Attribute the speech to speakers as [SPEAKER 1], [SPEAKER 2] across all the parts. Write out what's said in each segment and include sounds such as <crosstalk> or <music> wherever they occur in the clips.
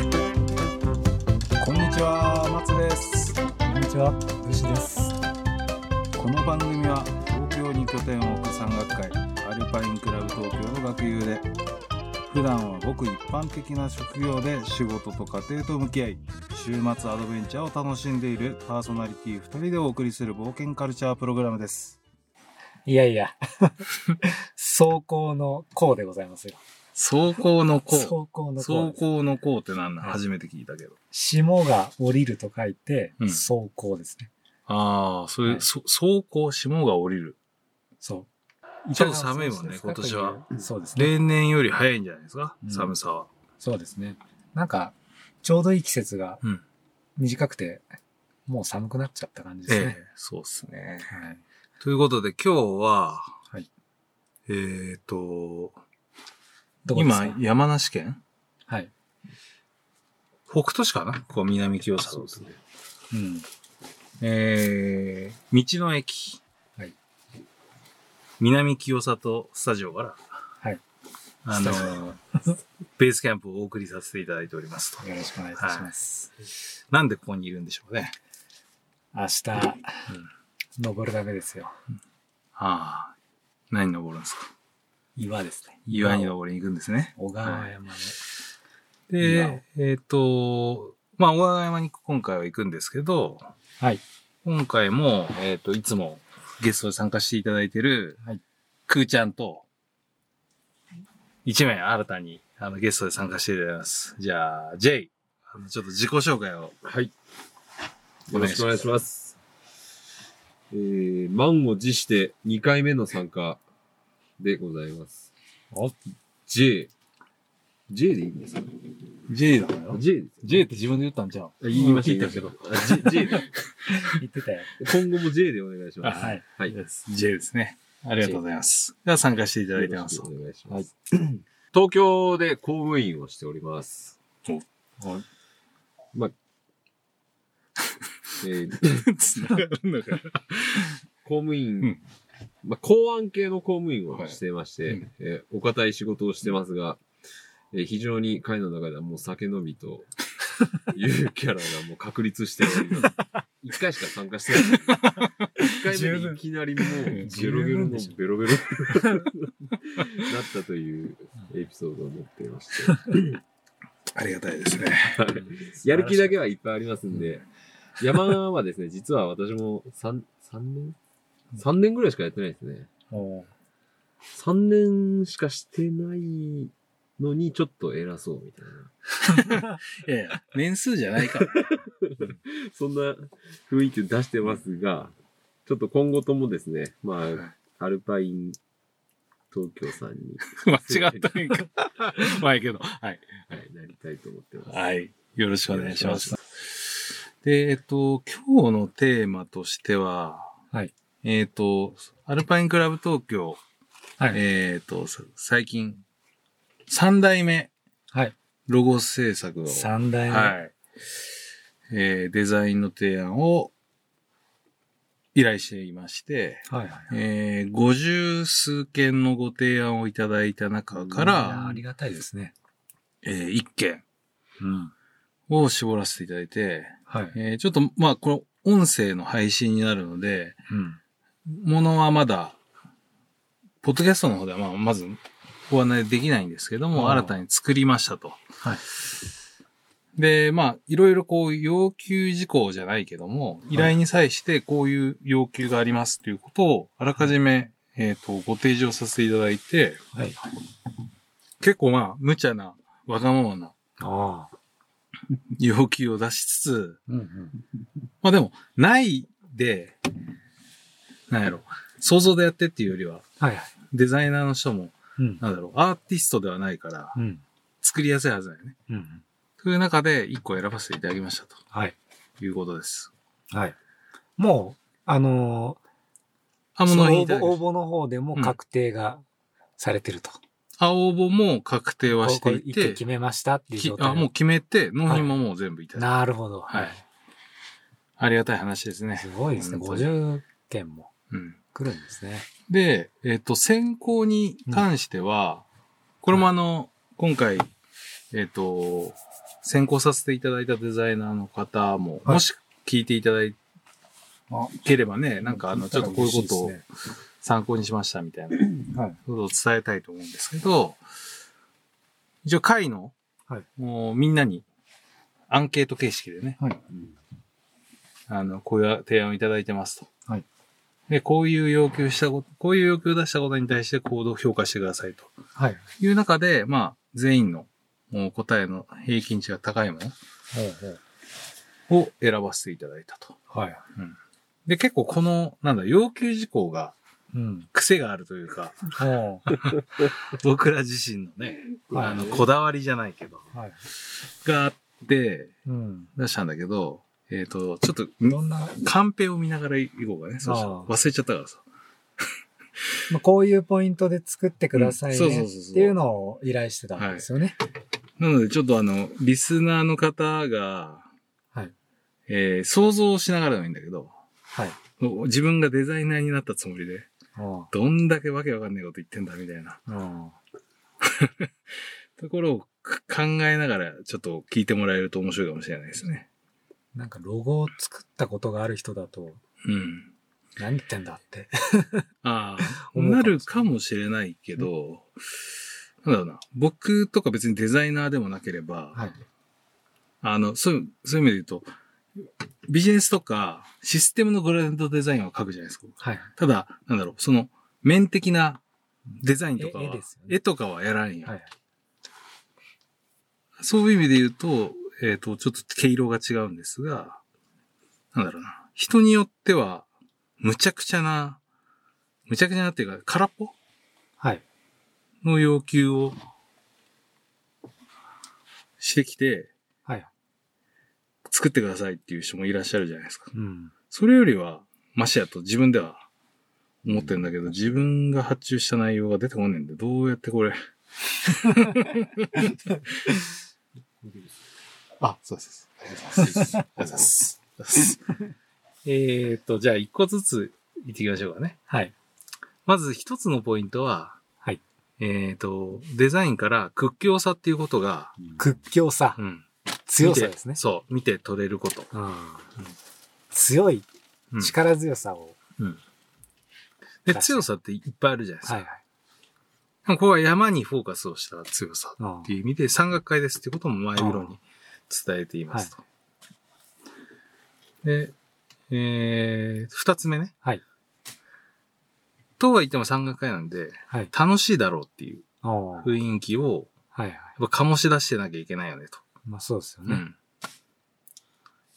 [SPEAKER 1] こんにちは、松です。
[SPEAKER 2] こんにちは、牛です。
[SPEAKER 1] この番組は東京に拠点を置く山学会アルパインクラブ東京の学友で普段はごく一般的な職業で仕事と家庭と向き合い週末アドベンチャーを楽しんでいるパーソナリティ2人でお送りする冒険カルチャープログラムです。
[SPEAKER 2] いやいや、走行のこうでございますよ。
[SPEAKER 1] 走行の
[SPEAKER 2] 走行のこうです。
[SPEAKER 1] 行のこうってなんだ
[SPEAKER 2] はい
[SPEAKER 1] 初めて聞いたけど。
[SPEAKER 2] 霜が降りると書いて、
[SPEAKER 1] うん
[SPEAKER 2] 走行ですね。
[SPEAKER 1] ああ、そう
[SPEAKER 2] いうはい
[SPEAKER 1] そ走行、霜が降りる。
[SPEAKER 2] そう。
[SPEAKER 1] ちょっと寒いもんね
[SPEAKER 2] かがお過ごしですか
[SPEAKER 1] 今年は。
[SPEAKER 2] というそうですね。
[SPEAKER 1] 例年より早いんじゃないですか
[SPEAKER 2] うん寒
[SPEAKER 1] さは。
[SPEAKER 2] そうですね。なんか、ちょうどいい季節が
[SPEAKER 1] うん
[SPEAKER 2] 短くて、もう寒くなっちゃった感じですね。、
[SPEAKER 1] そうですね
[SPEAKER 2] はい。
[SPEAKER 1] ということで今日は、
[SPEAKER 2] はい
[SPEAKER 1] えーっ、と、
[SPEAKER 2] どこですか
[SPEAKER 1] 今山梨県
[SPEAKER 2] はい。
[SPEAKER 1] 北杜市かなこう南清里
[SPEAKER 2] そうですうん。
[SPEAKER 1] えー、道の駅。
[SPEAKER 2] はい
[SPEAKER 1] 南清里スタジオから。
[SPEAKER 2] はい。
[SPEAKER 1] あ
[SPEAKER 2] スタ
[SPEAKER 1] <laughs> の、ベースキャンプをお送りさせていただいておりますと。
[SPEAKER 2] よろしくお願いいたします。
[SPEAKER 1] なんでここにいるんでしょうね。
[SPEAKER 2] 明日、登るだけですよ。
[SPEAKER 1] ああ。何登るんですか
[SPEAKER 2] 岩ですね。
[SPEAKER 1] 岩に登りに行くんですね。
[SPEAKER 2] 小川山の。岩を
[SPEAKER 1] で、えーっ、と、まあ、小川山に今回は行くんですけど、
[SPEAKER 2] はい。
[SPEAKER 1] 今回も、えっ、と、いつもゲストで参加していただいてる、
[SPEAKER 2] はい
[SPEAKER 1] くーちゃんと、一名新たに、あの、ゲストで参加していただきます。じゃあ、J、あのちょっと自己紹介を。
[SPEAKER 3] はい。よろしくお願いします。えー、満を持して2回目の参加でございます。
[SPEAKER 1] お
[SPEAKER 3] J。J でいいんですか
[SPEAKER 1] J だよ。
[SPEAKER 3] ?J です。
[SPEAKER 1] J って自分で言ったんじゃん。
[SPEAKER 3] あ言いました、
[SPEAKER 1] 聞い
[SPEAKER 3] 言い
[SPEAKER 1] た
[SPEAKER 3] まし
[SPEAKER 1] け
[SPEAKER 3] た。
[SPEAKER 1] ど。
[SPEAKER 3] あ J, J で。 <laughs>
[SPEAKER 2] 言ってたよ。
[SPEAKER 3] 今後も J でお願いします。
[SPEAKER 1] あ
[SPEAKER 2] はい。
[SPEAKER 3] はい。
[SPEAKER 1] J ですね。ありがとうございます。では参加していただいてます
[SPEAKER 3] よろ。しくお願いします。東京で公務員をしております。
[SPEAKER 1] はい
[SPEAKER 3] まあ、えー、
[SPEAKER 1] つ <laughs> ながるのか。
[SPEAKER 3] 公務員、
[SPEAKER 1] うん
[SPEAKER 3] まあ、公安系の公務員
[SPEAKER 1] はい
[SPEAKER 3] をしていまして、
[SPEAKER 1] うん
[SPEAKER 3] えーお堅い仕事をしてますが、えー非常に会の中ではもう酒飲み
[SPEAKER 1] <laughs>
[SPEAKER 3] というキャラがもう確立しております。一回しか参加してない。一回目にいきなりもう
[SPEAKER 2] 十
[SPEAKER 3] ゲロ
[SPEAKER 2] 分
[SPEAKER 3] ゲロの
[SPEAKER 2] でしょ
[SPEAKER 3] ベロ
[SPEAKER 1] <laughs>
[SPEAKER 3] ベロなったというエピソードを持っていまして。
[SPEAKER 1] ありがたいですね。
[SPEAKER 3] やる気だけはいっぱいありますんで、山はですね、実は私も3、三年 ?3 年ぐらいしかやってないですね。
[SPEAKER 2] も
[SPEAKER 3] 3年しかしてないのにちょっと偉そうみたいな。
[SPEAKER 1] いやいや、年数じゃないから。
[SPEAKER 3] そんな雰囲気出してますが、ちょっと今後ともですね、まあ、アルパイン東京さんに、
[SPEAKER 1] 間違ったん <laughs> か。まあいいけど。はい。
[SPEAKER 3] はい、なりたいと思ってます。
[SPEAKER 1] はい。よろしくお願いします。で、えっと、今日のテーマとしては、
[SPEAKER 2] はい。
[SPEAKER 1] えっと、アルパインクラブ東京、
[SPEAKER 2] うはい。
[SPEAKER 1] えっと、さ最近、三代目
[SPEAKER 2] はい。
[SPEAKER 1] ロゴ制作を、
[SPEAKER 2] 三代目。
[SPEAKER 1] はい。えーデザインの提案を依頼していまして、
[SPEAKER 2] はい。
[SPEAKER 1] えー、50数件のご提案をいただいた中か
[SPEAKER 2] いやあ
[SPEAKER 1] ら、
[SPEAKER 2] りがたいですね。
[SPEAKER 1] えー、1件
[SPEAKER 2] うん。
[SPEAKER 1] を絞らせていただいて、
[SPEAKER 2] はい。
[SPEAKER 1] えーちょっと、まあ、この音声の配信になるので、
[SPEAKER 2] うん。
[SPEAKER 1] ものはまだ、ポッドキャストの方では、まあ、まず、ご案内できないんですけど
[SPEAKER 2] あ
[SPEAKER 1] も、
[SPEAKER 2] あ
[SPEAKER 1] 新たに作りましたと。
[SPEAKER 2] はい。
[SPEAKER 1] で、まあ、いろいろこう、要求事項じゃないけども、依頼に際して、こういう要求がありますということを、あらかじめ、えっ、と、ご提示をさせていただいて、
[SPEAKER 2] はい。
[SPEAKER 1] 結構まあ、無茶な、わがままな
[SPEAKER 2] ああ。
[SPEAKER 1] 要求を出しつつ、
[SPEAKER 2] うんうん。
[SPEAKER 1] まあでも、ないで、なんやろ、想像でやってっていうよりは、
[SPEAKER 2] はいはい。
[SPEAKER 1] デザイナーの人も、
[SPEAKER 2] うん。
[SPEAKER 1] なんだろう、アーティストではないから、
[SPEAKER 2] うん。
[SPEAKER 1] 作りやすいはずだよね。
[SPEAKER 2] うん。
[SPEAKER 1] という中で、一個選ばせていただきましたと
[SPEAKER 2] はい。
[SPEAKER 1] いうことです。
[SPEAKER 2] はい。もう、あの
[SPEAKER 1] あ、
[SPEAKER 2] ー、
[SPEAKER 1] も
[SPEAKER 2] そ
[SPEAKER 1] の
[SPEAKER 2] の
[SPEAKER 1] に
[SPEAKER 2] 応
[SPEAKER 1] いただ
[SPEAKER 2] 募
[SPEAKER 1] きまし
[SPEAKER 2] 応募の方でも確定がされてると。
[SPEAKER 1] た青ぼも確定はしてい
[SPEAKER 2] 一気
[SPEAKER 1] て、
[SPEAKER 2] 決めましたっていう
[SPEAKER 1] き
[SPEAKER 2] 状態。
[SPEAKER 1] あ、もう決めて、納品ももう全部いただいて。
[SPEAKER 2] なるほど。
[SPEAKER 1] はい。ありがたい話ですね。
[SPEAKER 2] すごいですね。
[SPEAKER 1] 本当に
[SPEAKER 2] 50件も
[SPEAKER 1] うん。
[SPEAKER 2] 来るんですね。
[SPEAKER 1] で、えっ、と、選考に関しては、これもあの、今回、えっ、と、選考させていただいたデザイナーの方も、
[SPEAKER 2] はい
[SPEAKER 1] もし聞いていただければね、なんかあの、ちょっとこういうことを
[SPEAKER 2] 嬉しで
[SPEAKER 1] 参考にしましたみたいな
[SPEAKER 2] すねはい。
[SPEAKER 1] ことを伝えたいと思うんですけど、一応会の、
[SPEAKER 2] はい
[SPEAKER 1] もうみんなにアンケート形式でね、
[SPEAKER 2] はい
[SPEAKER 1] あの、こういう提案をいただいてますと。
[SPEAKER 2] はい
[SPEAKER 1] で、こういう要求したこと、こういう要求を出したことに対して行動評価してくださいと
[SPEAKER 2] はい。
[SPEAKER 1] いう中で、まあ、全員のもう答えの平均値が高いものを選ばせていただいたと。
[SPEAKER 2] はい。
[SPEAKER 1] で、結構この、なんだ、要求事項が
[SPEAKER 2] うん。
[SPEAKER 1] 癖があるというか、
[SPEAKER 2] も
[SPEAKER 1] 僕ら自身のね、
[SPEAKER 2] う、はい
[SPEAKER 1] あの、こだわりじゃないけど、
[SPEAKER 2] はい。
[SPEAKER 1] があって、
[SPEAKER 2] うん。
[SPEAKER 1] 出したんだけど、えっ、と、ちょっと、
[SPEAKER 2] どんな、
[SPEAKER 1] カンペを見ながら行こうかね。そうしたら
[SPEAKER 2] ああ
[SPEAKER 1] 忘れちゃったからさ。
[SPEAKER 2] まあ、こういうポイントで作ってください
[SPEAKER 1] うんそうそ
[SPEAKER 2] ね
[SPEAKER 1] う
[SPEAKER 2] っ
[SPEAKER 1] そうそう
[SPEAKER 2] ていうのを依頼してたんですよね。
[SPEAKER 1] なので、ちょっとあの、リスナーの方が、
[SPEAKER 2] はい
[SPEAKER 1] えー想像しながらでもいいんだけど、
[SPEAKER 2] はい。
[SPEAKER 1] 自分がデザイナーになったつもりで、
[SPEAKER 2] うん
[SPEAKER 1] どんだけわけわかんないこと言ってんだみたいな
[SPEAKER 2] うん
[SPEAKER 1] ところをく考えながら、ちょっと聞いてもらえると面白いかもしれないですね。
[SPEAKER 2] なんかロゴを作ったことがある人だと、
[SPEAKER 1] うん。
[SPEAKER 2] 何言ってんだって。
[SPEAKER 1] ああ、
[SPEAKER 2] 思うかもしれな
[SPEAKER 1] なるかもしれな
[SPEAKER 2] い
[SPEAKER 1] いけど、なんだろうな。僕とか別にデザイナーでもなければ、
[SPEAKER 2] はい。
[SPEAKER 1] あの、そういう、そういう意味で言うと、ビジネスとかシステムのグラデントデザインは書くじゃないですか。
[SPEAKER 2] はい。
[SPEAKER 1] ただ、なんだろう、その、面的なデザインとかは、
[SPEAKER 2] 絵絵
[SPEAKER 1] 絵
[SPEAKER 2] ですよね
[SPEAKER 1] とかはやらんや、
[SPEAKER 2] はい。
[SPEAKER 1] そういう意味で言うと、えっ、と、ちょっと毛色が違うんですが、なんだろうな。人によっては、むちゃくちゃな、むちゃくちゃなっていうか、空っぽ
[SPEAKER 2] はい。
[SPEAKER 1] の要求をしてきて、
[SPEAKER 2] はい。
[SPEAKER 1] 作ってくださいっていう人もいらっしゃるじゃないですか。
[SPEAKER 2] うん。
[SPEAKER 1] それよりは、マシやと自分では思ってるんだけど、自分が発注した内容が出てこねえんで、どうやってこれ。 <laughs> あ、そうです。ありがとうございます。ありがとうございます。えっと、じゃあ一個ずついっていきましょうかね。
[SPEAKER 2] はい。
[SPEAKER 1] まず一つのポイントは、
[SPEAKER 2] はい。
[SPEAKER 1] えっ、と、デザインから屈強さっていうことが、
[SPEAKER 2] 屈強さ、
[SPEAKER 1] うん、
[SPEAKER 2] 強さです
[SPEAKER 1] 見
[SPEAKER 2] ね
[SPEAKER 1] て。そう、見て取れること。
[SPEAKER 2] うん強い
[SPEAKER 1] うん、
[SPEAKER 2] 力強さを、
[SPEAKER 1] で強さっていっぱいあるじゃないですか。
[SPEAKER 2] はいはい。
[SPEAKER 1] ここは山にフォーカスをした強さ
[SPEAKER 2] う
[SPEAKER 1] っ
[SPEAKER 2] ん
[SPEAKER 1] ていう意味で、山岳会ですっていうことも前広に伝えていますと。で、えー、二つ目ね。
[SPEAKER 2] はい。
[SPEAKER 1] とは言っても山岳会なんで、
[SPEAKER 2] はい。
[SPEAKER 1] 楽しいだろうっていう
[SPEAKER 2] おー
[SPEAKER 1] 雰囲気を、
[SPEAKER 2] はいはい。
[SPEAKER 1] やっぱ醸し出してなきゃいけないよねと。
[SPEAKER 2] まあそうですよ
[SPEAKER 1] う
[SPEAKER 2] ね。
[SPEAKER 1] ん。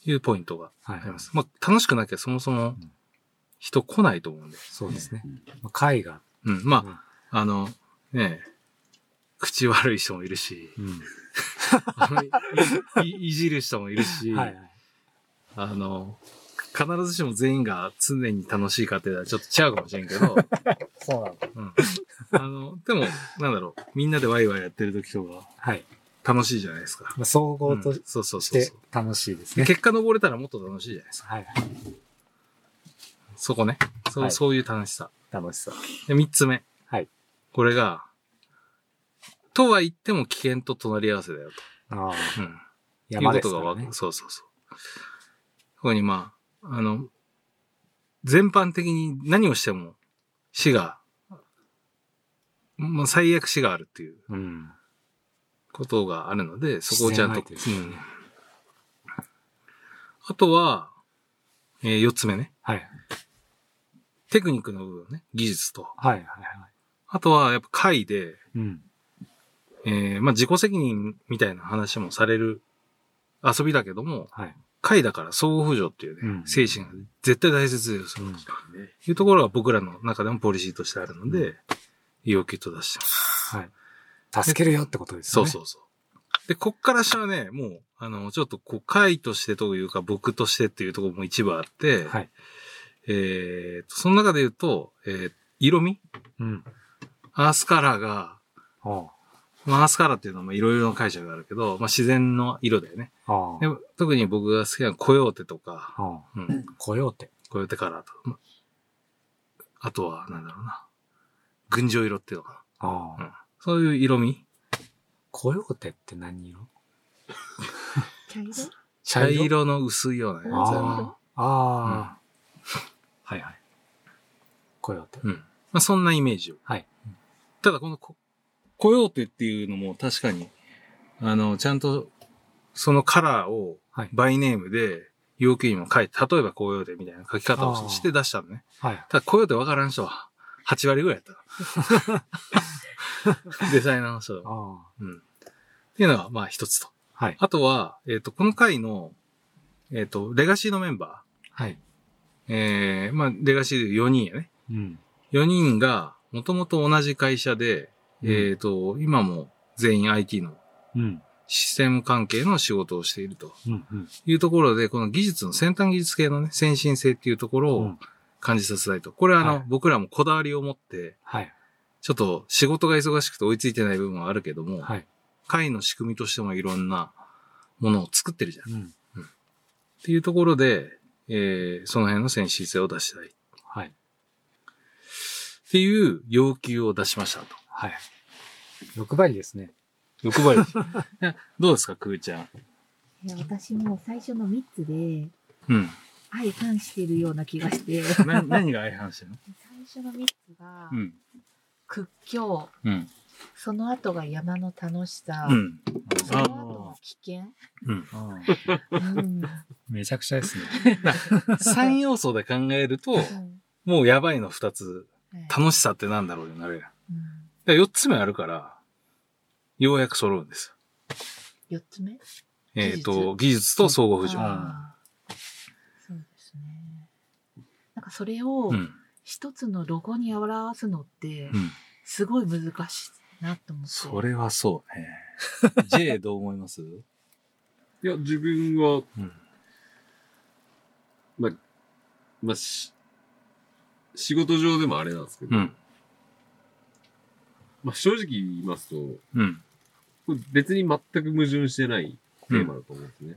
[SPEAKER 1] いうポイントが
[SPEAKER 2] は
[SPEAKER 1] あり
[SPEAKER 2] い
[SPEAKER 1] ま。す。まあ、楽しくなきゃそもそも人来ないと思うんで。
[SPEAKER 2] そうですね。まあ絵画。
[SPEAKER 1] うん。まあ、あの、ねえ、口悪い人もいる
[SPEAKER 2] <laughs>
[SPEAKER 1] し、
[SPEAKER 2] うん
[SPEAKER 1] あのいいいじる人もいるし、
[SPEAKER 2] はいはい。
[SPEAKER 1] あの、必ずしも全員が常に楽しいかっていうのはちょっと違うかもしれんけ
[SPEAKER 2] <laughs>
[SPEAKER 1] ど、
[SPEAKER 2] そうなんだ。
[SPEAKER 1] うん、あの、でも、なんだろう、みんなでワイワイやってる時とか
[SPEAKER 2] はい。
[SPEAKER 1] 楽しいじゃないですか。
[SPEAKER 2] まあ総合と
[SPEAKER 1] うんそうそう
[SPEAKER 2] し
[SPEAKER 1] そう
[SPEAKER 2] て
[SPEAKER 1] そう。
[SPEAKER 2] 楽しいです
[SPEAKER 1] で
[SPEAKER 2] ね。
[SPEAKER 1] 結果登れたらもっと楽しいじゃないですか。
[SPEAKER 2] はい。
[SPEAKER 1] そこね。そう、
[SPEAKER 2] はい
[SPEAKER 1] そういう楽しさ。
[SPEAKER 2] 楽しそう。
[SPEAKER 1] で、三つ目。
[SPEAKER 2] はい。
[SPEAKER 1] これが、とは言っても危険と隣り合わせだよ
[SPEAKER 2] ああ。
[SPEAKER 1] と。うん。
[SPEAKER 2] 山
[SPEAKER 1] いう
[SPEAKER 2] で
[SPEAKER 1] こ
[SPEAKER 2] す
[SPEAKER 1] と
[SPEAKER 2] か
[SPEAKER 1] が
[SPEAKER 2] ら
[SPEAKER 1] わ
[SPEAKER 2] ね。
[SPEAKER 1] そうそうそう。ここにまあ、あの、全般的に何をしても死が、まあ最悪死があるっていう
[SPEAKER 2] うん。
[SPEAKER 1] ことがあるので、そこをちゃんと。
[SPEAKER 2] 自然相手です
[SPEAKER 1] うんあとは、えー四つ目ね。
[SPEAKER 2] はい。
[SPEAKER 1] テクニックの部分ね。技術と。
[SPEAKER 2] はいはいはい。
[SPEAKER 1] あとは、やっぱ会で、
[SPEAKER 2] うん。
[SPEAKER 1] えーまあ自己責任みたいな話もされる遊びだけども、
[SPEAKER 2] はい。
[SPEAKER 1] 会だから相互扶助っていうね、
[SPEAKER 2] うん
[SPEAKER 1] 精神が絶対大切ですよ。
[SPEAKER 3] ね
[SPEAKER 1] というところが僕らの中でもポリシーとしてあるので、要求と出してます。
[SPEAKER 2] はい。助けるよってことです
[SPEAKER 1] そ
[SPEAKER 2] よ
[SPEAKER 1] う
[SPEAKER 2] ね。
[SPEAKER 1] そうそう。で、こっから下はね、もう、あの、ちょっと、こう、会としてというか、僕としてっていうところも一部あって、
[SPEAKER 2] はい。
[SPEAKER 1] えーと、その中で言うと、えー色味
[SPEAKER 2] うん。
[SPEAKER 1] アースカラーが、
[SPEAKER 2] あ
[SPEAKER 1] まあ、アスカラっていうのはまあいろいろな解釈があるけど、まあ、自然の色だよね。
[SPEAKER 2] あ。あ
[SPEAKER 1] で特に僕が好きなのはコヨーテとか、
[SPEAKER 2] あ。
[SPEAKER 1] うん、
[SPEAKER 2] コヨーテ。
[SPEAKER 1] コヨーテカラーとか、まああとは、なんだろうな、群青色っていうのか
[SPEAKER 2] あ
[SPEAKER 1] な。そういう色味
[SPEAKER 2] コヨーテって何色
[SPEAKER 4] 茶色
[SPEAKER 1] 茶色の薄いようなやつだよね
[SPEAKER 2] ああ。ああ。
[SPEAKER 1] はいはい。
[SPEAKER 2] コヨーテ。
[SPEAKER 1] うん。まあ、そんなイメージを。
[SPEAKER 2] はい。
[SPEAKER 1] ただ、このコ、コヨーテっていうのも確かに、あの、ちゃんと、そのカラーを
[SPEAKER 2] はい、
[SPEAKER 1] バイネームで、要求にも書いて、例えばコヨーテみたいな書き方を
[SPEAKER 2] あー
[SPEAKER 1] しして出したのね。
[SPEAKER 2] はい。
[SPEAKER 1] ただ、コヨーテわからん人は、8割ぐらいや
[SPEAKER 2] <laughs>
[SPEAKER 1] った。デザイナーの人
[SPEAKER 2] あ
[SPEAKER 1] は。
[SPEAKER 2] あ。
[SPEAKER 1] うん。っていうのが、まあ、一つと。
[SPEAKER 2] はい。
[SPEAKER 1] あとは、えっ、と、この回の、えっ、と、レガシーのメンバ
[SPEAKER 2] はい。
[SPEAKER 1] ー、えー、まあ、レガシーで4人やね。
[SPEAKER 2] うん。
[SPEAKER 1] 4人が、もともと同じ会社で、
[SPEAKER 2] うん
[SPEAKER 1] えっ、と、今も全員 IT の
[SPEAKER 2] うん。
[SPEAKER 1] システム関係の仕事をしていると
[SPEAKER 2] うん。うん。
[SPEAKER 1] いうところで、この技術の先端技術系のね、先進性っていうところ
[SPEAKER 2] う
[SPEAKER 1] を
[SPEAKER 2] ん
[SPEAKER 1] 感じさせたいと。これはあの、
[SPEAKER 2] はい
[SPEAKER 1] 僕らもこだわりを持って、
[SPEAKER 2] はい。
[SPEAKER 1] ちょっと仕事が忙しくて追いついてない部分はあるけども、
[SPEAKER 2] はい。
[SPEAKER 1] 会の仕組みとしてもいろんなものを作ってるじゃん。っ
[SPEAKER 2] うん。
[SPEAKER 1] ていうところで、えーその辺の先進性を出したい。っ
[SPEAKER 2] はい。
[SPEAKER 1] ていう要求を出しましたと。
[SPEAKER 2] はい。欲張りですね。
[SPEAKER 1] 欲 <laughs> 張り。どうですか、くーちゃん。
[SPEAKER 4] いや私も最初の3つで
[SPEAKER 1] うん。
[SPEAKER 4] 相反してるような気がして、
[SPEAKER 1] <laughs> な何が相反してるの
[SPEAKER 4] 最初の3つが
[SPEAKER 1] うん。
[SPEAKER 4] 屈強、
[SPEAKER 1] うん。
[SPEAKER 4] その後が山の楽しさ、
[SPEAKER 1] うん。
[SPEAKER 4] その後の危険。
[SPEAKER 1] うん。 <laughs>
[SPEAKER 4] うん
[SPEAKER 2] めちゃくちゃですね。
[SPEAKER 1] 3要素で考えると、もうやばいの2つ、楽しさってなんだろうになるやん。で4つ目あるから、ようやく揃うんです
[SPEAKER 4] 4つ目
[SPEAKER 1] よ。えっ、
[SPEAKER 4] 技術
[SPEAKER 1] と、技術と相互扶助。
[SPEAKER 4] あーそうですね。なんかそれを
[SPEAKER 1] うん。
[SPEAKER 4] 一つのロゴに表すのって
[SPEAKER 1] う、ん。
[SPEAKER 4] すごい難しいなと思って。
[SPEAKER 1] それはそうね。J どう思いますう
[SPEAKER 3] いや、自分は、
[SPEAKER 1] ん。
[SPEAKER 3] まあ、し、仕事上でもあれなんですけど、
[SPEAKER 1] うん。
[SPEAKER 3] まあ、正直言いますと、
[SPEAKER 1] うん。
[SPEAKER 3] これ別に全く矛盾してないテーマだと思うんですね。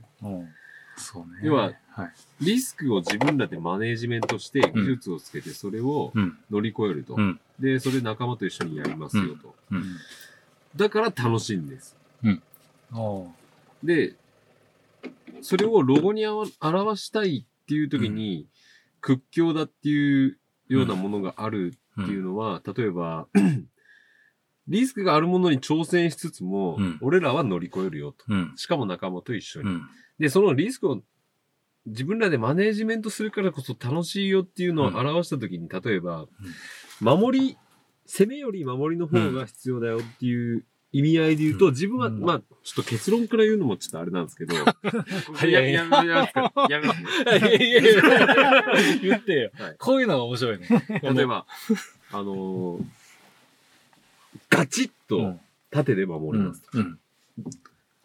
[SPEAKER 1] そうね。
[SPEAKER 3] 要は、
[SPEAKER 1] はい。
[SPEAKER 3] リスクを自分らでマネージメントして、技術をつけて、それを
[SPEAKER 1] うん。
[SPEAKER 3] 乗り越えると。
[SPEAKER 1] うん。
[SPEAKER 3] で、それ仲間と一緒にやりますよと。
[SPEAKER 1] うん。
[SPEAKER 3] だから楽しいんです。
[SPEAKER 2] おう
[SPEAKER 3] で、それをロゴにあわ表したいっていう時に、屈強だっていうようなものがある
[SPEAKER 1] う。
[SPEAKER 3] っていうんのは、例えば、 <clears throat> リスクがあるものに挑戦しつつも、
[SPEAKER 1] うん
[SPEAKER 3] 俺らは乗り越えるよと。
[SPEAKER 1] うん。
[SPEAKER 3] しかも仲間と一緒に。
[SPEAKER 1] うん。
[SPEAKER 3] で、そのリスクを自分らでマネージメントするからこそ楽しいよっていうのを表したときに、例えば、守り、攻めより守りの方が必要だよっていう意味合いで言うと、
[SPEAKER 1] う
[SPEAKER 3] 自分は、
[SPEAKER 2] うん
[SPEAKER 3] まあ、ちょっと結論から言うのもちょっとあれなんですけど、
[SPEAKER 1] い
[SPEAKER 3] や、やめ、やめ、やめ、
[SPEAKER 1] いやいやいや、言ってよ
[SPEAKER 3] はい
[SPEAKER 1] こういうのが面白いね。
[SPEAKER 3] 例えば、あのーガチッ
[SPEAKER 1] う
[SPEAKER 3] と
[SPEAKER 1] ん
[SPEAKER 3] 縦で守ります。
[SPEAKER 1] うん。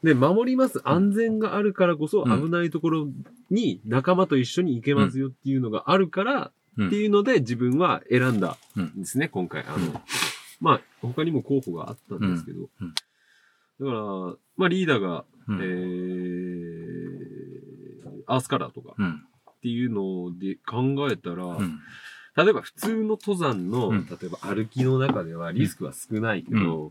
[SPEAKER 3] で、守ります安全があるからこそ
[SPEAKER 1] うん
[SPEAKER 3] 危ないところに仲間と一緒に行けますよっていうのがあるから、
[SPEAKER 1] うん
[SPEAKER 3] っていうので自分は選んだ
[SPEAKER 1] うん
[SPEAKER 3] んですね、今回。あ
[SPEAKER 1] う
[SPEAKER 3] の、
[SPEAKER 1] ん
[SPEAKER 3] まあ、他にも候補があったんですけど。
[SPEAKER 1] うん
[SPEAKER 3] だから、まあリーダーが、
[SPEAKER 1] う
[SPEAKER 3] え
[SPEAKER 1] ん。
[SPEAKER 3] ー、アースカラーとか
[SPEAKER 1] うん。
[SPEAKER 3] っていうので考えたら、
[SPEAKER 1] うん。
[SPEAKER 3] 例えば普通の登山の、
[SPEAKER 1] うん
[SPEAKER 3] 例えば歩きの中ではリスクは少ないけど、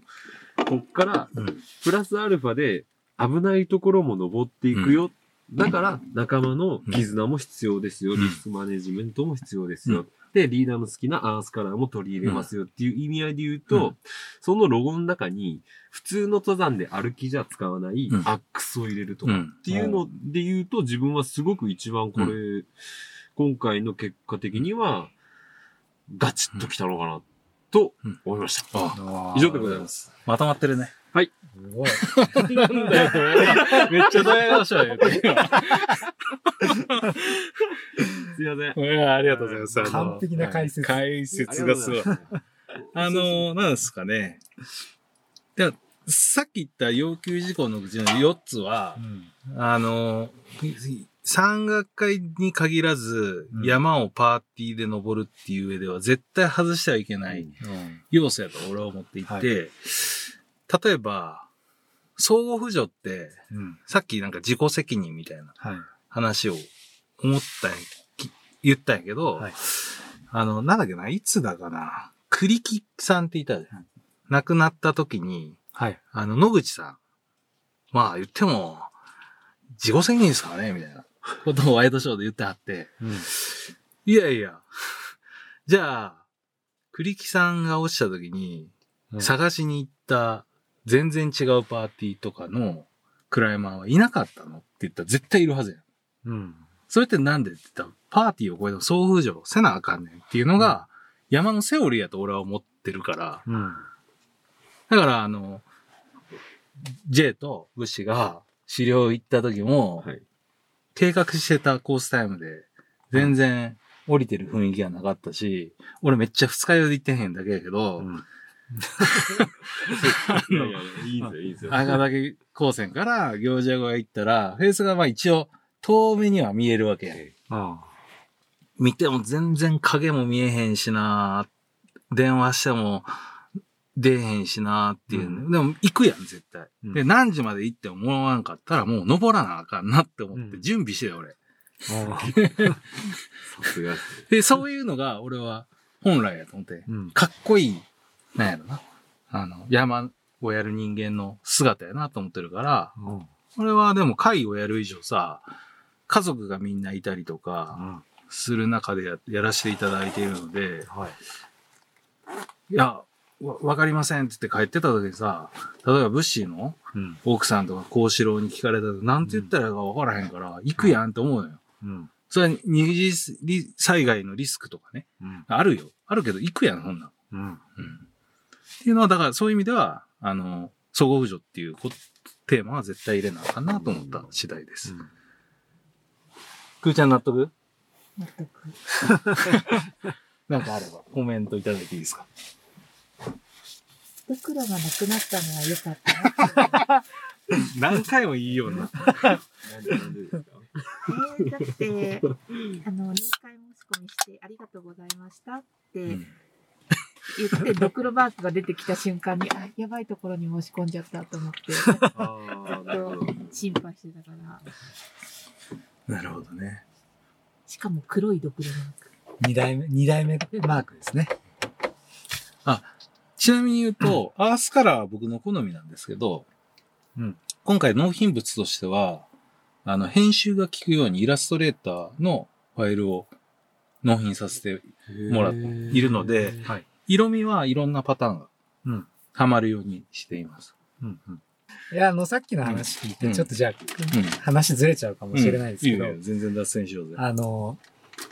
[SPEAKER 3] こっから
[SPEAKER 1] うん
[SPEAKER 3] プラスアルファで危ないところも登っていくよ。だから仲間の絆も必要ですよ。
[SPEAKER 1] うん
[SPEAKER 3] リスクマネジメントも必要ですよ。
[SPEAKER 1] う
[SPEAKER 3] で、リーダーの好きなアースカラーも取り入れますよっていう意味合いで言うと、
[SPEAKER 1] うん
[SPEAKER 3] そのロゴの中に普通の登山で歩きじゃ使わない
[SPEAKER 1] うん
[SPEAKER 3] アックスを入れると
[SPEAKER 1] う
[SPEAKER 3] か、
[SPEAKER 1] ん
[SPEAKER 3] っていうので言うと、自分はすごく一番これ、今回の結果的には、ガチッときたのかな、と思いました。
[SPEAKER 1] あ
[SPEAKER 3] 以上でございます。
[SPEAKER 1] まとまってるね。
[SPEAKER 2] すごい。
[SPEAKER 3] なんだよ、
[SPEAKER 1] めっちゃ大変な人や
[SPEAKER 3] すいません。
[SPEAKER 1] ありがとうございます。あの
[SPEAKER 2] 完璧な解説
[SPEAKER 1] 解説がすごい。あの、なんですかね。ではさっき言った要求事項のうちの4つは
[SPEAKER 2] う、ん。
[SPEAKER 1] あの、山岳会に限らず、
[SPEAKER 2] うん
[SPEAKER 1] 山をパーティーで登るっていう上では絶対外してはいけない
[SPEAKER 2] うん。
[SPEAKER 1] 要素やと俺は思っていて、
[SPEAKER 2] はい
[SPEAKER 1] 例えば、相互扶助って、
[SPEAKER 2] うん。
[SPEAKER 1] さっきなんか自己責任みたいな
[SPEAKER 2] はい。
[SPEAKER 1] 話を思ったんやき言ったんやけど、
[SPEAKER 2] はい
[SPEAKER 1] あの、なんだっけな、いつだかな、栗木さんっていたじゃん。亡くなった時に、
[SPEAKER 2] はい。
[SPEAKER 1] あの、野口さん。まあ言っても、自己責任ですからね、みたいなことをワイドショーで言ってはって、
[SPEAKER 2] うん。
[SPEAKER 1] いやいや、じゃあ、栗木さんが落ちた時に、
[SPEAKER 2] うん
[SPEAKER 1] 探しに行った全然違うパーティーとかのクライマーはいなかったのって言ったら絶対いるはずやん。
[SPEAKER 2] うん。
[SPEAKER 1] それってなんでって言ったら、パーティーを超えても総風情せなあかんねんっていうのが、山のセオリーやと俺は思ってるから、
[SPEAKER 2] うん。
[SPEAKER 1] だから、あの、J とブッシュが狩猟行った時も、
[SPEAKER 3] はい
[SPEAKER 1] 計画してたコースタイムで、全然降りてる雰囲気がなかったし、俺めっちゃ二日酔いで行ってへんだけやけど、
[SPEAKER 2] うん
[SPEAKER 3] い
[SPEAKER 1] <laughs>
[SPEAKER 3] やいや、いいんですよ、いいんですよ。
[SPEAKER 1] 赤岳高専から行者小屋行ったら、フェースがまあ一応遠目には見えるわけやん。
[SPEAKER 2] あ
[SPEAKER 1] 見ても全然影も見えへんしな電話しても出えへんしなっていう、ね
[SPEAKER 2] う
[SPEAKER 1] でも行くやん、絶対。
[SPEAKER 2] うん
[SPEAKER 1] で、何時まで行っても思わんかったらもう登らなあかんなって思って
[SPEAKER 2] うん
[SPEAKER 1] 準備してよ、俺。
[SPEAKER 2] あ。
[SPEAKER 3] さすがっすね
[SPEAKER 1] で、そういうのが俺は本来やと思って、
[SPEAKER 2] うん。
[SPEAKER 1] かっこいい、なんやろな。あの、山をやる人間の姿やなと思ってるから、
[SPEAKER 2] うん。
[SPEAKER 1] 俺はでも会をやる以上さ、家族がみんないたりとか、
[SPEAKER 2] は
[SPEAKER 1] する中でややらせていただいているので、
[SPEAKER 2] い。
[SPEAKER 1] いや、わわかりませんって言って帰ってた時にさ、例えばブッシーの
[SPEAKER 2] うん。
[SPEAKER 1] 奥さんとか幸四郎に聞かれたら、なんて言ったらいいかわからへんから、行くやんって思うのよ。
[SPEAKER 2] うん。
[SPEAKER 1] それは二次リ災害のリスクとかね。
[SPEAKER 2] うん。
[SPEAKER 1] あるよ。あるけど行くやん、そんなん。
[SPEAKER 2] うん。
[SPEAKER 1] うん。っていうのは、だからそういう意味では、あの、総合扶助っていうこテーマは絶対入れなあかんなと思った次第です。くーちゃん納得
[SPEAKER 4] 納得。
[SPEAKER 1] なんかあればコメントいただいていいですか
[SPEAKER 4] 袋がなくなったのは良かったな。
[SPEAKER 1] 何回もいいような。
[SPEAKER 3] なんでなんでですか
[SPEAKER 4] えーだって、あの、入会申し込みしてありがとうございましたって
[SPEAKER 1] ん
[SPEAKER 4] 言って、ドクロバークが出てきた瞬間に、あ、やばいところに申し込んじゃったと思って、ずっ
[SPEAKER 3] ああ、 <laughs> なるほ
[SPEAKER 4] と
[SPEAKER 3] ど。
[SPEAKER 4] 心配してたから。
[SPEAKER 1] なるほどね。
[SPEAKER 4] しかも黒いドクロ
[SPEAKER 2] 二代目、二代目マークですね。
[SPEAKER 1] ちなみに言うと、アースカラーは僕の好みなんですけど、
[SPEAKER 2] うん
[SPEAKER 1] 今回納品物としては、あの、編集が効くようにイラストレーターのファイルを納品させてもらっているので、
[SPEAKER 2] はい。
[SPEAKER 1] 色味はいろんなパターンが、
[SPEAKER 2] うん
[SPEAKER 1] はまるようにしています。
[SPEAKER 2] うん。うん。いや、あの、さっきの話聞いて、
[SPEAKER 1] うん
[SPEAKER 2] ちょっとじゃあ、
[SPEAKER 1] うん。
[SPEAKER 2] 話ずれちゃうかもしれないですけど、
[SPEAKER 1] うんいいよ全然脱線しようぜ。
[SPEAKER 2] あの、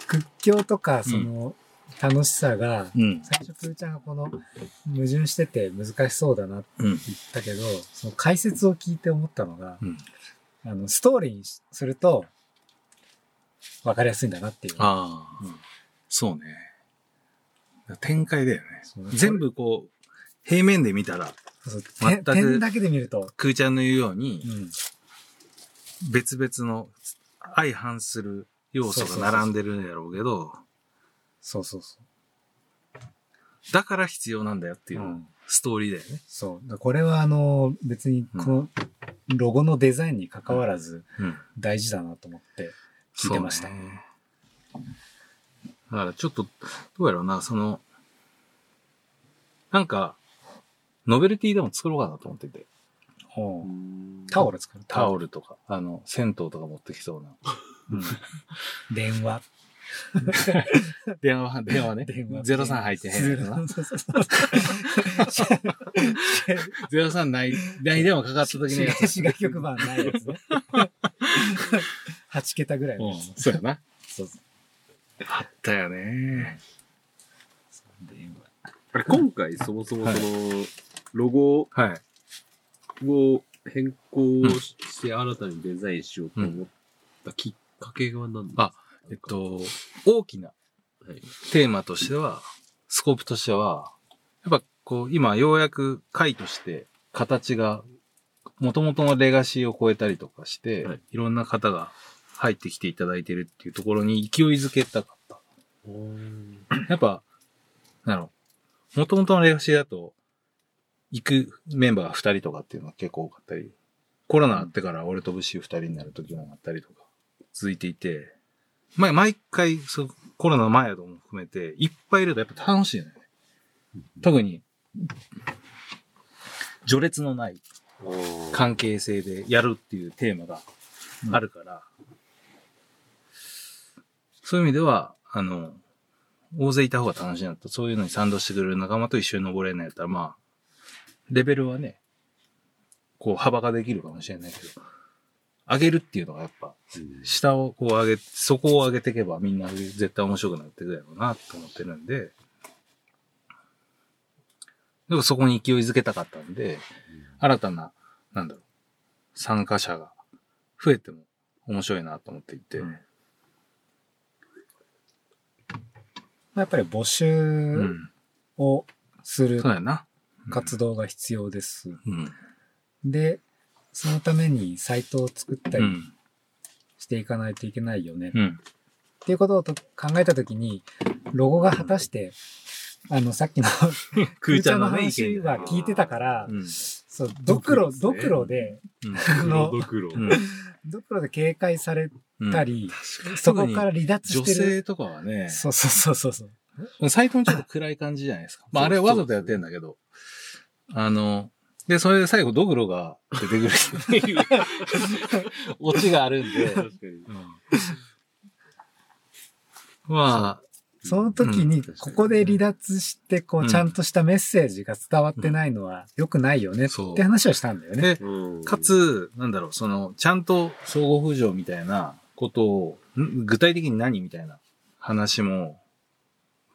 [SPEAKER 2] 屈強とか、その、楽しさが、
[SPEAKER 1] うん。
[SPEAKER 2] 最初、くーちゃんがこの、矛盾してて難しそうだなって
[SPEAKER 1] うん。
[SPEAKER 2] 言ったけど、その解説を聞いて思ったのが、
[SPEAKER 1] うん
[SPEAKER 2] あの、ストーリーにすると、わかりやすいんだなっていう。
[SPEAKER 1] ああ、そうね。展開だよね
[SPEAKER 2] そう。
[SPEAKER 1] 全部こう、平面で見たら、
[SPEAKER 2] そうそう
[SPEAKER 1] 全
[SPEAKER 2] 点
[SPEAKER 1] く
[SPEAKER 2] 点だけで見ると、
[SPEAKER 1] くーちゃんの言うように、
[SPEAKER 2] うん、
[SPEAKER 1] 別々の相反する要素が並んでるんやろうけど、
[SPEAKER 2] そうそうそ
[SPEAKER 1] だから必要なんだよって
[SPEAKER 2] う。
[SPEAKER 1] いううんストーリーだよね。
[SPEAKER 2] そう。だからこれはあの、別にこのロゴのデザインに関わらず
[SPEAKER 1] うん。
[SPEAKER 2] 大事だなと思って聞いてました。
[SPEAKER 1] そううねだからちょっと、どうやろうな、その、なんか、ノベルティでも作ろうかなと思ってて。
[SPEAKER 2] んタオル使う
[SPEAKER 1] タオ
[SPEAKER 2] ル。
[SPEAKER 1] ルとか、あの、銭湯とか持ってきそうな。 <laughs>
[SPEAKER 2] うん電話。
[SPEAKER 1] 電話、 <laughs> 電話ね。
[SPEAKER 2] 電話。
[SPEAKER 1] 03入ってへんやろな。
[SPEAKER 2] そうそうそう
[SPEAKER 1] 03ない、ない電話かかった時の <laughs> やつ。
[SPEAKER 2] 滋賀局番ないやつね。8桁ぐらいのやつ。
[SPEAKER 1] そうやな。
[SPEAKER 2] そうそう
[SPEAKER 1] だよね。
[SPEAKER 2] 電話
[SPEAKER 3] あれ今回そもそもその、ロゴ
[SPEAKER 1] はい。
[SPEAKER 3] を変更しして新たにデザインしようと思ったきっかけは何ですか
[SPEAKER 1] えっ、と、大きな
[SPEAKER 3] はい
[SPEAKER 1] テーマとしては、スコープとしては、やっぱこう、今ようやく回として形が、元々のレガシーを超えたりとかして、
[SPEAKER 3] はいい、
[SPEAKER 1] ろんな方が入ってきていただいてるっていうところに勢いづけたかった。やっぱ、なの、元々のレガシーだと、行くメンバーが2人とかっていうのは結構多かったり、コロナあってから俺とブシー2人になる時もあったりとか、続いていて、まあ、毎回、そう、コロナの前やとも含めて、いっぱいいるとやっぱ楽しいよね。特に、序列のない関係性でやるっていうテーマがあるから、そういう意味では、あの、大勢いた方が楽しいなと、そういうのに賛同してくれる仲間と一緒に登れないやったら、まあ、レベルはね、こう幅ができるかもしれないけど、上げるっていうのがやっぱ、下をこう上げ、そこを上げていけばみんな絶対面白くなってくるやろうなと思ってるんで、でもそこに勢いづけたかったんで、新たな、なんだろう、参加者が増えても面白いなと思っていて、
[SPEAKER 2] うんやっぱり募集をす
[SPEAKER 1] うん
[SPEAKER 2] る
[SPEAKER 1] そうやな。
[SPEAKER 2] 活動が必要です。
[SPEAKER 1] うん。
[SPEAKER 2] で、そのためにサイトを作った
[SPEAKER 1] う
[SPEAKER 2] り
[SPEAKER 1] ん。
[SPEAKER 2] していかないといけないよね。
[SPEAKER 1] うん。
[SPEAKER 2] っていうことをと考えたときに、ロゴが果たして、あの、さっきの
[SPEAKER 1] 空ちゃんのね、意
[SPEAKER 2] 話
[SPEAKER 1] 見
[SPEAKER 2] は聞いてたから、
[SPEAKER 1] うん。
[SPEAKER 2] そう、ドクロ、
[SPEAKER 3] ド
[SPEAKER 2] ド
[SPEAKER 3] ク
[SPEAKER 2] ク
[SPEAKER 3] ロ
[SPEAKER 2] ロで、
[SPEAKER 3] あの、ドクロ。
[SPEAKER 1] うん
[SPEAKER 2] ドクロで警戒され
[SPEAKER 1] うん
[SPEAKER 2] たり、そこから離脱
[SPEAKER 1] 女
[SPEAKER 2] してる。
[SPEAKER 1] 性とかはね、
[SPEAKER 2] そうそうそうそう。
[SPEAKER 1] サイトもちょっと暗い感じじゃないですか。まあ、あ
[SPEAKER 3] そう
[SPEAKER 1] れはわざとやってんだけど、あの、で、それで最後、ドグロが出てく
[SPEAKER 2] <laughs>
[SPEAKER 1] るっていうオチがあるんで、
[SPEAKER 3] 確かに。
[SPEAKER 1] <laughs> まあ、
[SPEAKER 2] その時
[SPEAKER 1] うん
[SPEAKER 2] に
[SPEAKER 1] 確、か
[SPEAKER 2] こ
[SPEAKER 1] に
[SPEAKER 2] こで離脱して、こ
[SPEAKER 1] うん
[SPEAKER 2] う、ちゃんとしたメッセージが伝わってないのは良くないよねっ
[SPEAKER 1] そう
[SPEAKER 2] て話をしたんだよね。
[SPEAKER 1] で、かつ、なんだろう、その、ちゃんと相互浮上みたいなことを、ん具体的に何みたいな話も、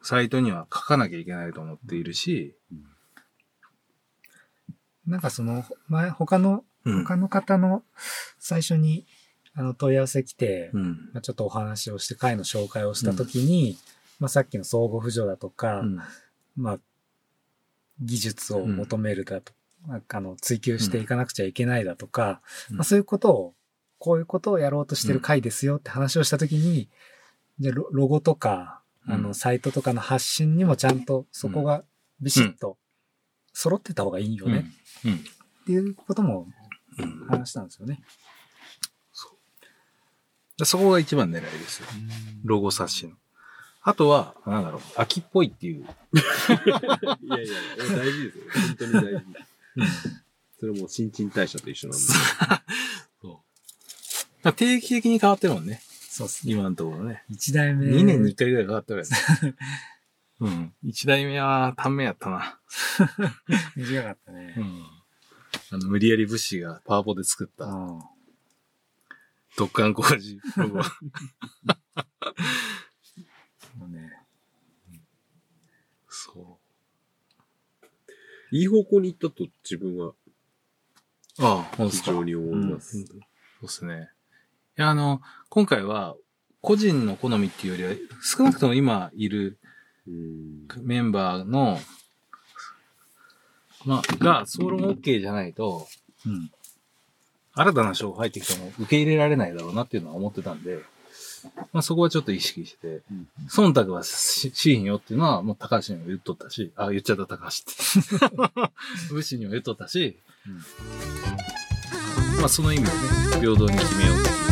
[SPEAKER 1] サイトには書かなきゃいけないと思っているし、
[SPEAKER 2] なんかその、前、他の、
[SPEAKER 1] うん。
[SPEAKER 2] 他の方の最初に、あの、問い合わせ来て、
[SPEAKER 1] うん。
[SPEAKER 2] まあちょっとお話をして、会の紹介をした時に、まあさっきの相互扶助だとか、
[SPEAKER 1] うん
[SPEAKER 2] まあ、技術を求めるだと、なんかあの追求していかなくちゃいけないだとか、
[SPEAKER 1] うん
[SPEAKER 2] まあ、そういうことを、こういうことをやろうとしてる回ですよって話をしたときに、じゃあロロゴとか、あ
[SPEAKER 1] う
[SPEAKER 2] の、
[SPEAKER 1] ん
[SPEAKER 2] サイトとかの発信にもちゃんとそこがビシッと揃ってた方がいいよね
[SPEAKER 1] うん。
[SPEAKER 2] っていうことも
[SPEAKER 1] うん
[SPEAKER 2] 話したんですよね。
[SPEAKER 1] そこが一番狙いですよ。ロゴ冊子の。あとは、なんだろう、秋っぽいっていう。
[SPEAKER 3] いやいや、大事ですよ。本当に大事。それもう新陳代謝と一緒なんで。
[SPEAKER 1] だから定期的に変わってるもんね。
[SPEAKER 2] そうですね。
[SPEAKER 1] 今のところね。
[SPEAKER 2] 一代目。
[SPEAKER 1] 2年に1回ぐらい変わってるや <laughs> つ。うん。1代目は短命やったな。
[SPEAKER 2] 短かったね。
[SPEAKER 1] ん。あの、無理やり物資がパワポで作った、
[SPEAKER 2] うん
[SPEAKER 1] 特艦工事ロゴ。
[SPEAKER 2] もうね、
[SPEAKER 1] <laughs> そ
[SPEAKER 3] いい方向に行ったと自分は
[SPEAKER 1] う。ああ、ほん
[SPEAKER 3] 非常に思います。
[SPEAKER 1] そうですね。いや、あの、今回は、個人の好みっていうよりは、少なくとも今いる
[SPEAKER 3] うん
[SPEAKER 1] メンバーの、まあ、が、総論 OK じゃないと、
[SPEAKER 2] うん。
[SPEAKER 1] 新たな賞が入ってきても受け入れられないだろうなっていうのは思ってたんで、まあそこはちょっと意識して
[SPEAKER 3] うん、
[SPEAKER 1] 忖度はししひんよっていうのは、もう高橋にも言っとったし、あ、言っちゃった高橋って。 <laughs> 武士にも言っとったし、まあその意味をね、平等に決めようっていう